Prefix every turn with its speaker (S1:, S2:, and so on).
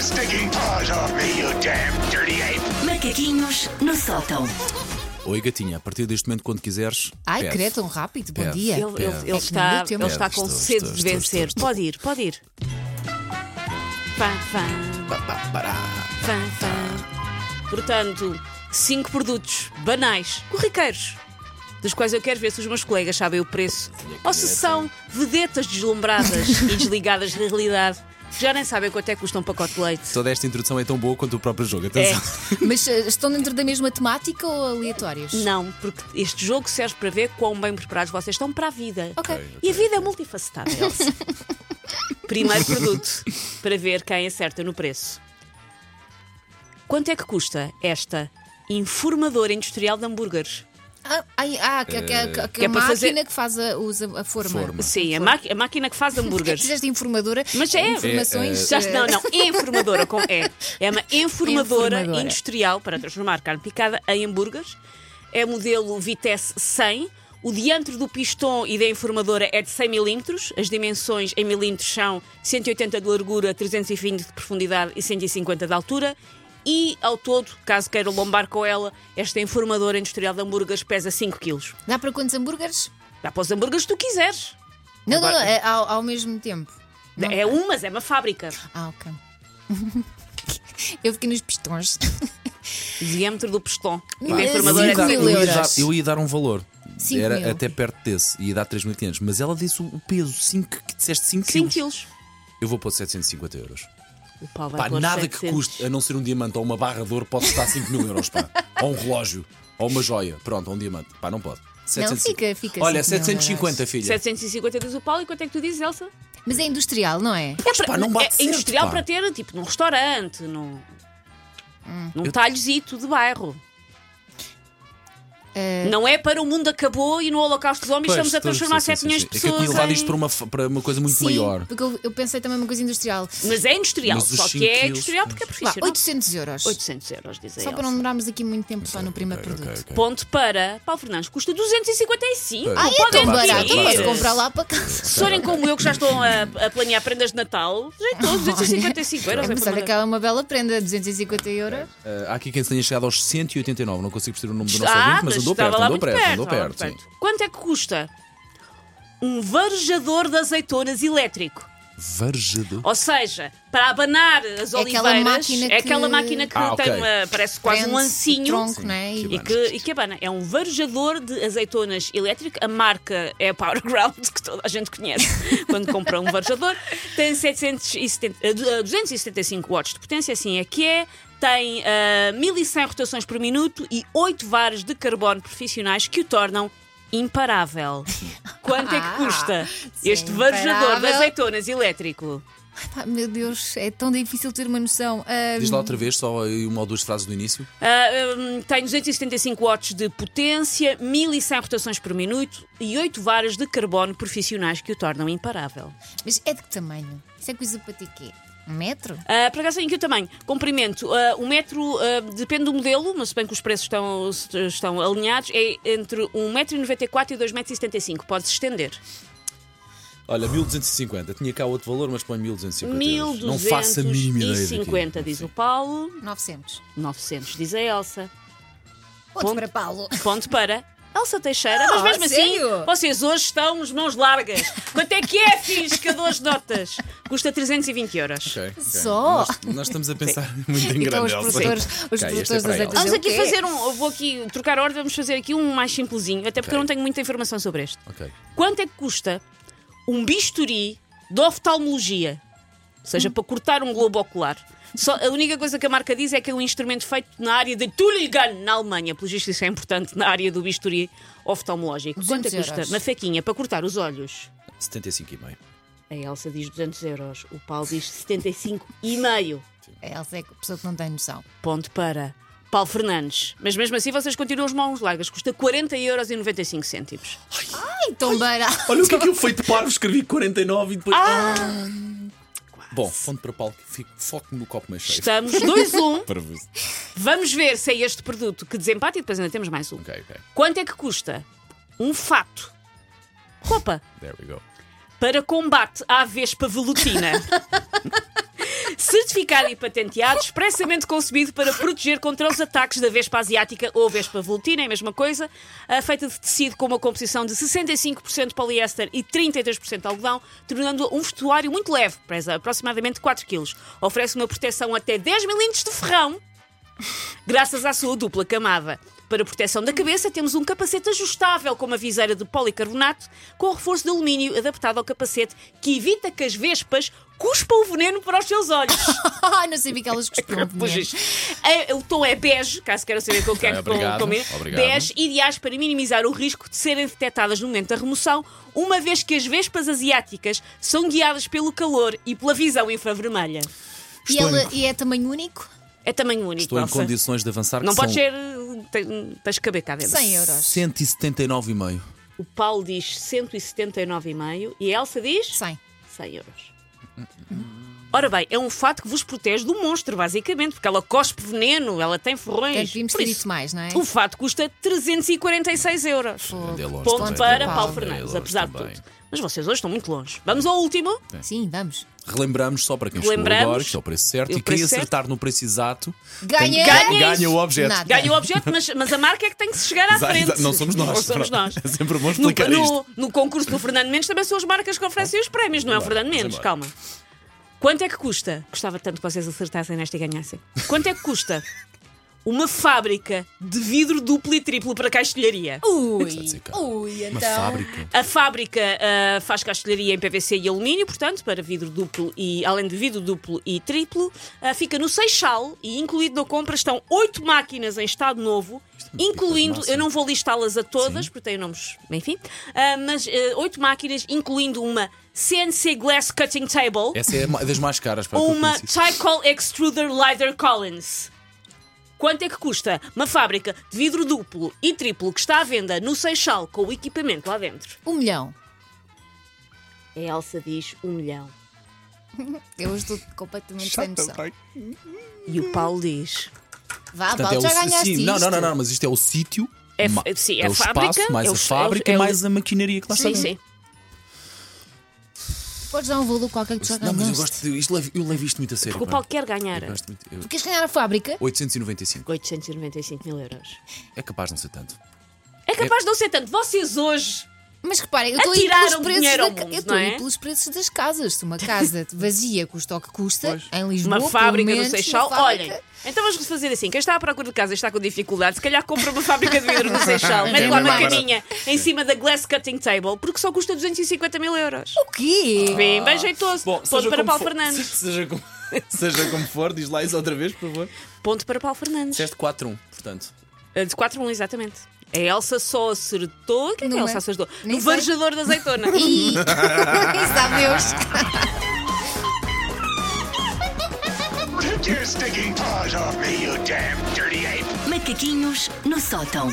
S1: stinking paws off me, you damn dirty ape!
S2: Macaquinhos no sótão.
S3: Oi, gatinha, a partir deste momento, quando quiseres.
S4: Ai,
S3: pede.
S4: credo, tão rápido. Bom
S3: Pede.
S4: dia.
S3: Ele-
S5: Ele,
S3: Pera.
S5: ele- ele
S4: É que não
S5: está,
S4: deu tempo.
S5: ele está com
S3: Estou,
S5: sede
S3: estou,
S5: de
S3: estou,
S5: vencer.
S3: estou, estou.
S5: Pode ir, pode ir. Fá, fá,
S3: Ba, ba, bará.
S5: fá, fá. Portanto, cinco produtos banais, corriqueiros, dos quais eu quero ver se os meus colegas sabem o preço. Ou se são vedetas deslumbradas e desligadas da realidade. que Já nem sabem quanto é que custa um pacote de leite.
S3: Toda esta introdução é tão boa quanto o próprio jogo,
S5: É,
S3: atenção.
S4: Mas eh, estão dentro da mesma temática ou aleatórios?
S5: não, porque este jogo serve para ver quão bem preparados vocês estão para a vida.
S4: Ok.
S5: E a vida é multifacetada, Elsa. Primeiro produto, para ver quem acerta no preço. Quanto é que custa esta informadora industrial de hambúrgueres?
S4: Ah, ai, ah, que, que- que- que
S5: Que é
S4: a máquina
S5: para fazer-
S4: que faz a, usa a forma.
S3: Eh, Forma.
S5: Sim, a, maqui- a máquina que faz hambúrgueres.
S4: Fizeste informadora.
S5: Mas é.
S4: Informações.
S5: Já,
S4: eh,
S5: não, não, informadora com E. É uma informadora,
S4: Informadora.
S5: industrial para transformar carne picada em hambúrgueres. É modelo Vitesse 100. O diâmetro do pistão e da informadora é de 100 milímetros. As dimensões em milímetros são 180 de largura, 320 de profundidade e 150 de altura. E, ao todo, caso queira lombar com ela, esta informadora industrial de hambúrgueres pesa 5 kg.
S4: eh, Dá para quantos hambúrgueres?
S5: Dá para os hambúrgueres que tu quiseres.
S4: Não, não, não, é ao, ao mesmo tempo. Não?
S5: É um, mas é uma fábrica.
S4: Ah, ok. Eu fiquei nos pistões.
S5: Diâmetro do pistão e
S4: Pá,
S5: da informadora é de
S4: cinco
S5: 100
S4: mil
S3: eu, ia dar,
S4: euros.
S3: eu ia dar um valor.
S4: Cinco
S3: Era
S4: mil.
S3: até perto desse, ia dar 3.500, mas ela disse o peso, 5, que disseste 5
S5: 5
S3: quilos.
S5: quilos.
S3: Eu vou pôr 750 euros.
S5: O pau vai
S3: Pá,
S5: pôr
S3: nada
S5: 700.
S3: que custe, a não ser um diamante ou uma barra de ouro, pode custar 5 mil euros, pá. Ou um relógio, ou uma joia. Pronto, ou um diamante. Pá, não pode. 750.
S4: fica- fica
S3: Olha,
S4: 5 mil
S3: 750, filha.
S5: 750 diz o Paulo e quanto é que tu dizes, Elsa?
S4: Mas é industrial, não é?
S5: É,
S3: pá, não bate
S5: é
S3: certo,
S5: industrial
S3: pá.
S5: para ter, tipo, num restaurante, num,
S4: Hum.
S5: num talhozito de bairro. Não é para o mundo acabou e no Holocausto dos Homens
S3: Pois,
S5: estamos a
S3: estou-
S5: transformar
S3: sim,
S5: 7
S3: sim,
S5: milhões
S3: sim.
S5: de
S3: É que eu tinha
S5: pessoas.
S3: levado
S5: em-
S3: isto para uma, f- para uma coisa muito
S4: Sim,
S3: maior.
S4: porque eu, eu pensei também uma coisa industrial.
S5: Mas é industrial,
S3: Mas os
S5: só
S3: cinco
S5: que é
S3: quilos-
S5: industrial porque é
S4: Vá,
S5: profissional.
S4: 800 euros.
S5: 800 euros, diz a
S4: Só para não
S5: Elsa.
S4: demorarmos aqui muito tempo só no primeiro
S3: Ok, ok,
S4: produto.
S3: ok.
S5: Ponto para Paulo Fernandes custa 255.
S3: Pois.
S4: Ah,
S3: Ai,
S5: Não
S4: é
S5: podem
S4: tão barato.
S5: pedir.
S4: Posso comprar um lá para casa.
S5: Se forem como eu que já estão a, a planear prendas de Natal, é jeitou 255 euros.
S4: Mas olha que é uma bela prenda, 250
S5: É.
S4: euros.
S3: Ah, há aqui quem tenha chegado aos 189, não consigo perceber o nome do nosso
S5: Ah,
S3: ouvinte, mas andou
S5: estava
S3: perto,
S5: lá
S3: andou
S5: muito
S3: perto, andou
S5: estava lá
S3: perto.
S5: muito perto. Quanto é que custa um varejador de azeitonas elétrico?
S3: sim. Vargedo.
S5: Ou seja, para abanar as
S4: É aquela
S5: oliveiras,
S4: máquina
S5: é aquela
S4: que-
S5: máquina que
S3: Ah, ok.
S5: tem uma, parece quase
S4: Prende-se
S5: um
S4: o
S5: ancinho.
S4: tronco, não é? E-
S3: que
S5: E que, e que abana. É um varejador de azeitonas elétrico. A marca é a Powerground, que toda a gente conhece quando compra um varejador. Tem 770, eh, du- eh, 275 watts de potência, assim é que é. Tem eh, 1100 rotações por minuto e 8 varas de carbono profissionais que o tornam imparável. Quanto é que
S4: Ah,
S5: custa
S4: sim,
S5: este varejador de
S4: imparável.
S5: azeitonas elétrico?
S4: Pá, meu Deus, é tão difícil ter uma noção. Ah,
S3: Diz lá outra vez, só aí uma ou duas frases do início.
S5: Ah, hum, tem 275 watts de potência, 1100 rotações por minuto e 8 varas de carbono profissionais que o tornam imparável.
S4: Mas é de que tamanho? Isso é coisa para ti quê? Um metro?
S5: Ah, para cá em que o tamanho? Comprimento, ah, o metro ah, depende do modelo, mas se bem que os preços estão, estão alinhados, é entre 1,94m e 2,75m. Pode-se estender.
S3: Olha, 1250. Tinha cá outro valor, mas põe 1250. euros. Não faça a mínima ideia. do que é.
S5: 1250, diz o Paulo,
S4: 900.
S5: 900, diz a Elsa.
S4: Ponto para Paulo.
S5: Ponto para Elsa Teixeira.
S4: Oh,
S5: Mas mesmo assim,
S4: sério?
S5: vocês hoje estão as mãos largas. Quanto é que é, filhos, que eu dou as notas? Custa 320 euros.
S3: Ok, ok.
S4: Só?
S3: Nós, nós estamos a pensar muito em grande
S4: Então os
S3: Elsa.
S4: professores, os
S3: Ok, este é
S4: professores
S3: para
S4: das
S3: ela.
S4: Mas
S5: Vamos
S4: é o
S5: aqui
S4: quê?
S5: fazer um. eu Vou aqui trocar a ordem, vamos fazer aqui um mais simplesinho, até porque eu não tenho muita informação sobre este.
S3: Ok.
S5: Quanto é que custa um bisturi de oftalmologia? Ou seja, para cortar um globo ocular. Só, a única coisa que a marca diz é que é um instrumento feito na área de Tulligan, na Alemanha. Pelo visto, isso é importante na área do bisturi oftalmológico. Quanto é
S4: 200
S5: que custa
S4: euros.
S5: uma faquinha para cortar os olhos?
S3: 75,5.
S5: A Elsa diz 200 euros, o Paulo diz 75,5.
S4: A Elsa é a pessoa que não tem noção.
S5: Ponto para Paulo Fernandes. Mas mesmo assim vocês continuam as mãos largas. Custa 40 euros e 95 cêntimos.
S4: Ai, tão barato.
S3: Olha o que é que eu fui de parvo, escrevi 49 e depois. Ah! Bom, ponto para Paulo, fico- foco-me no copo mais cheio.
S5: Estamos 2-1.
S3: Para você.
S5: Vamos ver se é este produto que desempata e depois ainda temos mais um.
S3: Ok, ok.
S5: Quanto é que custa um fato? Roupa.
S3: There we go.
S5: Para combate à vespa velutina. Certificado e patenteado, expressamente concebido para proteger contra os ataques da Vespa Asiática ou Vespa Volutina, é a mesma coisa, ah, feita de tecido com uma composição de 65% poliéster e 33% algodão, tornando um vestuário muito leve, pesa aproximadamente 4 kg. Oferece uma proteção até 10 mm de ferrão, graças à sua dupla camada. Para proteção da cabeça, temos um capacete ajustável com uma viseira de policarbonato com reforço de alumínio adaptado ao capacete que evita que as vespas cuspam o veneno para os seus olhos.
S4: Ai, não sabia que elas costuram.
S5: É Pois isto. Eh, O tom é bege, caso queiram saber com o que é que
S3: Ok,
S5: estão
S3: obrigado,
S5: a comer.
S3: obrigado.
S5: Bege, ideais para minimizar o risco de serem detectadas no momento da remoção, uma vez que as vespas asiáticas são guiadas pelo calor e pela visão infravermelha.
S4: E,
S3: Estou em-
S4: ela- e é tamanho único?
S5: É tamanho único,
S3: Estou em
S5: Elsa.
S3: condições de avançar que
S5: Não
S3: são
S5: pode ser. eh, tem- Tens que caber cá dentro.
S4: 100 euros.
S3: 179,5.
S5: O Paulo diz 179,5 e a Elsa diz
S4: 100.
S5: 100 euros. Ora bem, é um fato que vos protege do monstro, basicamente, porque ela cospe veneno, ela tem
S4: Portanto,
S5: ferrões.
S4: devíamos
S5: Por
S4: ter
S5: isso,
S4: dito mais, não é?
S5: O fato custa 346 euros.
S3: Andei longe
S5: Ponto
S3: também,
S5: para
S3: andei
S5: Paulo
S3: longe, andei
S5: Fernandes,
S3: longe
S5: apesar de
S3: também.
S5: tudo. Mas vocês hoje estão muito longe. Vamos ao último.
S4: Sim, vamos.
S3: Relembramos só para quem chegou
S5: Relembramos.
S3: agora, que é o preço certo,
S5: O
S3: e quem
S5: preço certo.
S3: acertar no preço exato
S4: Ganha-
S3: tem-
S5: Ganha
S3: ganha
S5: isso.
S3: o objeto.
S4: Nada.
S5: Ganha o objeto, mas, mas a marca é que tem que se chegar à
S3: Exato,
S5: frente.
S3: exato. Não somos nós.
S5: Não somos nós.
S3: É sempre bom explicar
S5: no,
S3: isto.
S5: No, no concurso do Fernando Mendes também são as marcas que oferecem os prémios, não é o
S3: Vamos
S5: Fernando Mendes?
S3: embora.
S5: Calma. Quanto é que custa? Gostava tanto que vocês acertassem nesta e ganhassem. Quanto é que custa uma fábrica de vidro duplo e triplo para castelharia?
S4: Ui,
S3: de ser caro.
S4: ui,
S3: é uma
S4: então.
S3: fábrica.
S5: A fábrica ah, faz castelharia em PVC e alumínio, portanto, para vidro duplo e além de vidro duplo e triplo, ah, fica no Seixal e incluído na compra estão oito máquinas em estado novo, incluindo,
S3: é massa.
S5: eu não vou listá-las a todas,
S3: Sim.
S5: porque têm nomes, enfim, ah, mas ah, oito máquinas, incluindo uma CNC Glass Cutting Table
S3: Essa é ma- das mais caras para
S5: ou
S3: que eu
S5: uma
S3: conheci.
S5: Tycol Extruder Lider Collins. Quanto é que custa uma fábrica de vidro duplo e triplo que está à venda no Seixal com o equipamento lá dentro?
S4: Um milhão.
S5: A Elsa diz um milhão.
S4: Eu hoje estou completamente sem noção.
S5: E o Paulo diz.
S4: Vá,
S3: Portanto, é
S4: Paulo, já
S3: o,
S4: ganhaste
S3: sim, não, não, não,
S4: isto.
S3: não, mas isto é o sítio.
S5: É
S3: ma-
S5: f- sim, é
S3: o
S5: a fábrica,
S3: espaço, mais
S5: é o-
S3: a
S5: é o-
S3: fábrica,
S5: é o-
S3: mais a maquinaria que lá está
S5: Sim,
S3: dentro.
S5: sim.
S4: Podes dar um valor qualquer que tu já
S3: Não,
S4: ganhaste.
S3: mas eu gosto de, isto levo- eu levo isto muito a sério.
S5: Porque o é-
S3: pá.
S5: Paulo quer ganhar
S3: Eu gosto muito- eu-
S4: Queres ganhar a fábrica?
S3: 895.
S5: 895 mil euros.
S3: É capaz de não ser tanto.
S5: É capaz de não ser tanto. Vocês hoje.
S4: Mas reparem, eu estou a ir
S5: Atiraram
S4: pelos preços,
S5: dinheiro
S4: da...
S5: ao mundo,
S4: eu estou a
S5: não
S4: ir
S5: é?
S4: pelos preços das casas. Se uma casa vazia custa o que custa, em Lisboa,
S5: Uma fábrica
S4: pelo
S5: do
S4: menos, uma
S5: Seixal.
S4: fábrica-
S5: Olhem, então vamos fazer assim: quem está à procura de casa e está com dificuldade, se calhar compra uma fábrica de vidro no
S3: É
S5: Seixal, mete lá uma caninha em cima da Glass Cutting Table, porque só custa 250 mil euros.
S3: Ah.
S4: O quê?
S5: Bem, bem jeitoso. Ponto para Paulo Fernandes.
S3: Seja como, seja como for, diz lá isso outra vez, por favor.
S5: Ponto para Paulo Fernandes.
S3: Disseste 4-1, portanto.
S5: Ah, De 4 a 1, exatamente. A Elsa só acertou. O que é que a
S4: Não
S5: Elsa
S4: é?
S5: acertou?
S4: Nem
S5: No
S4: sei.
S5: varejador da azeitona.
S4: E... Sabe Deus.
S1: Take your stinking paws off me, you damn dirty ape!
S2: Macaquinhos no sótão.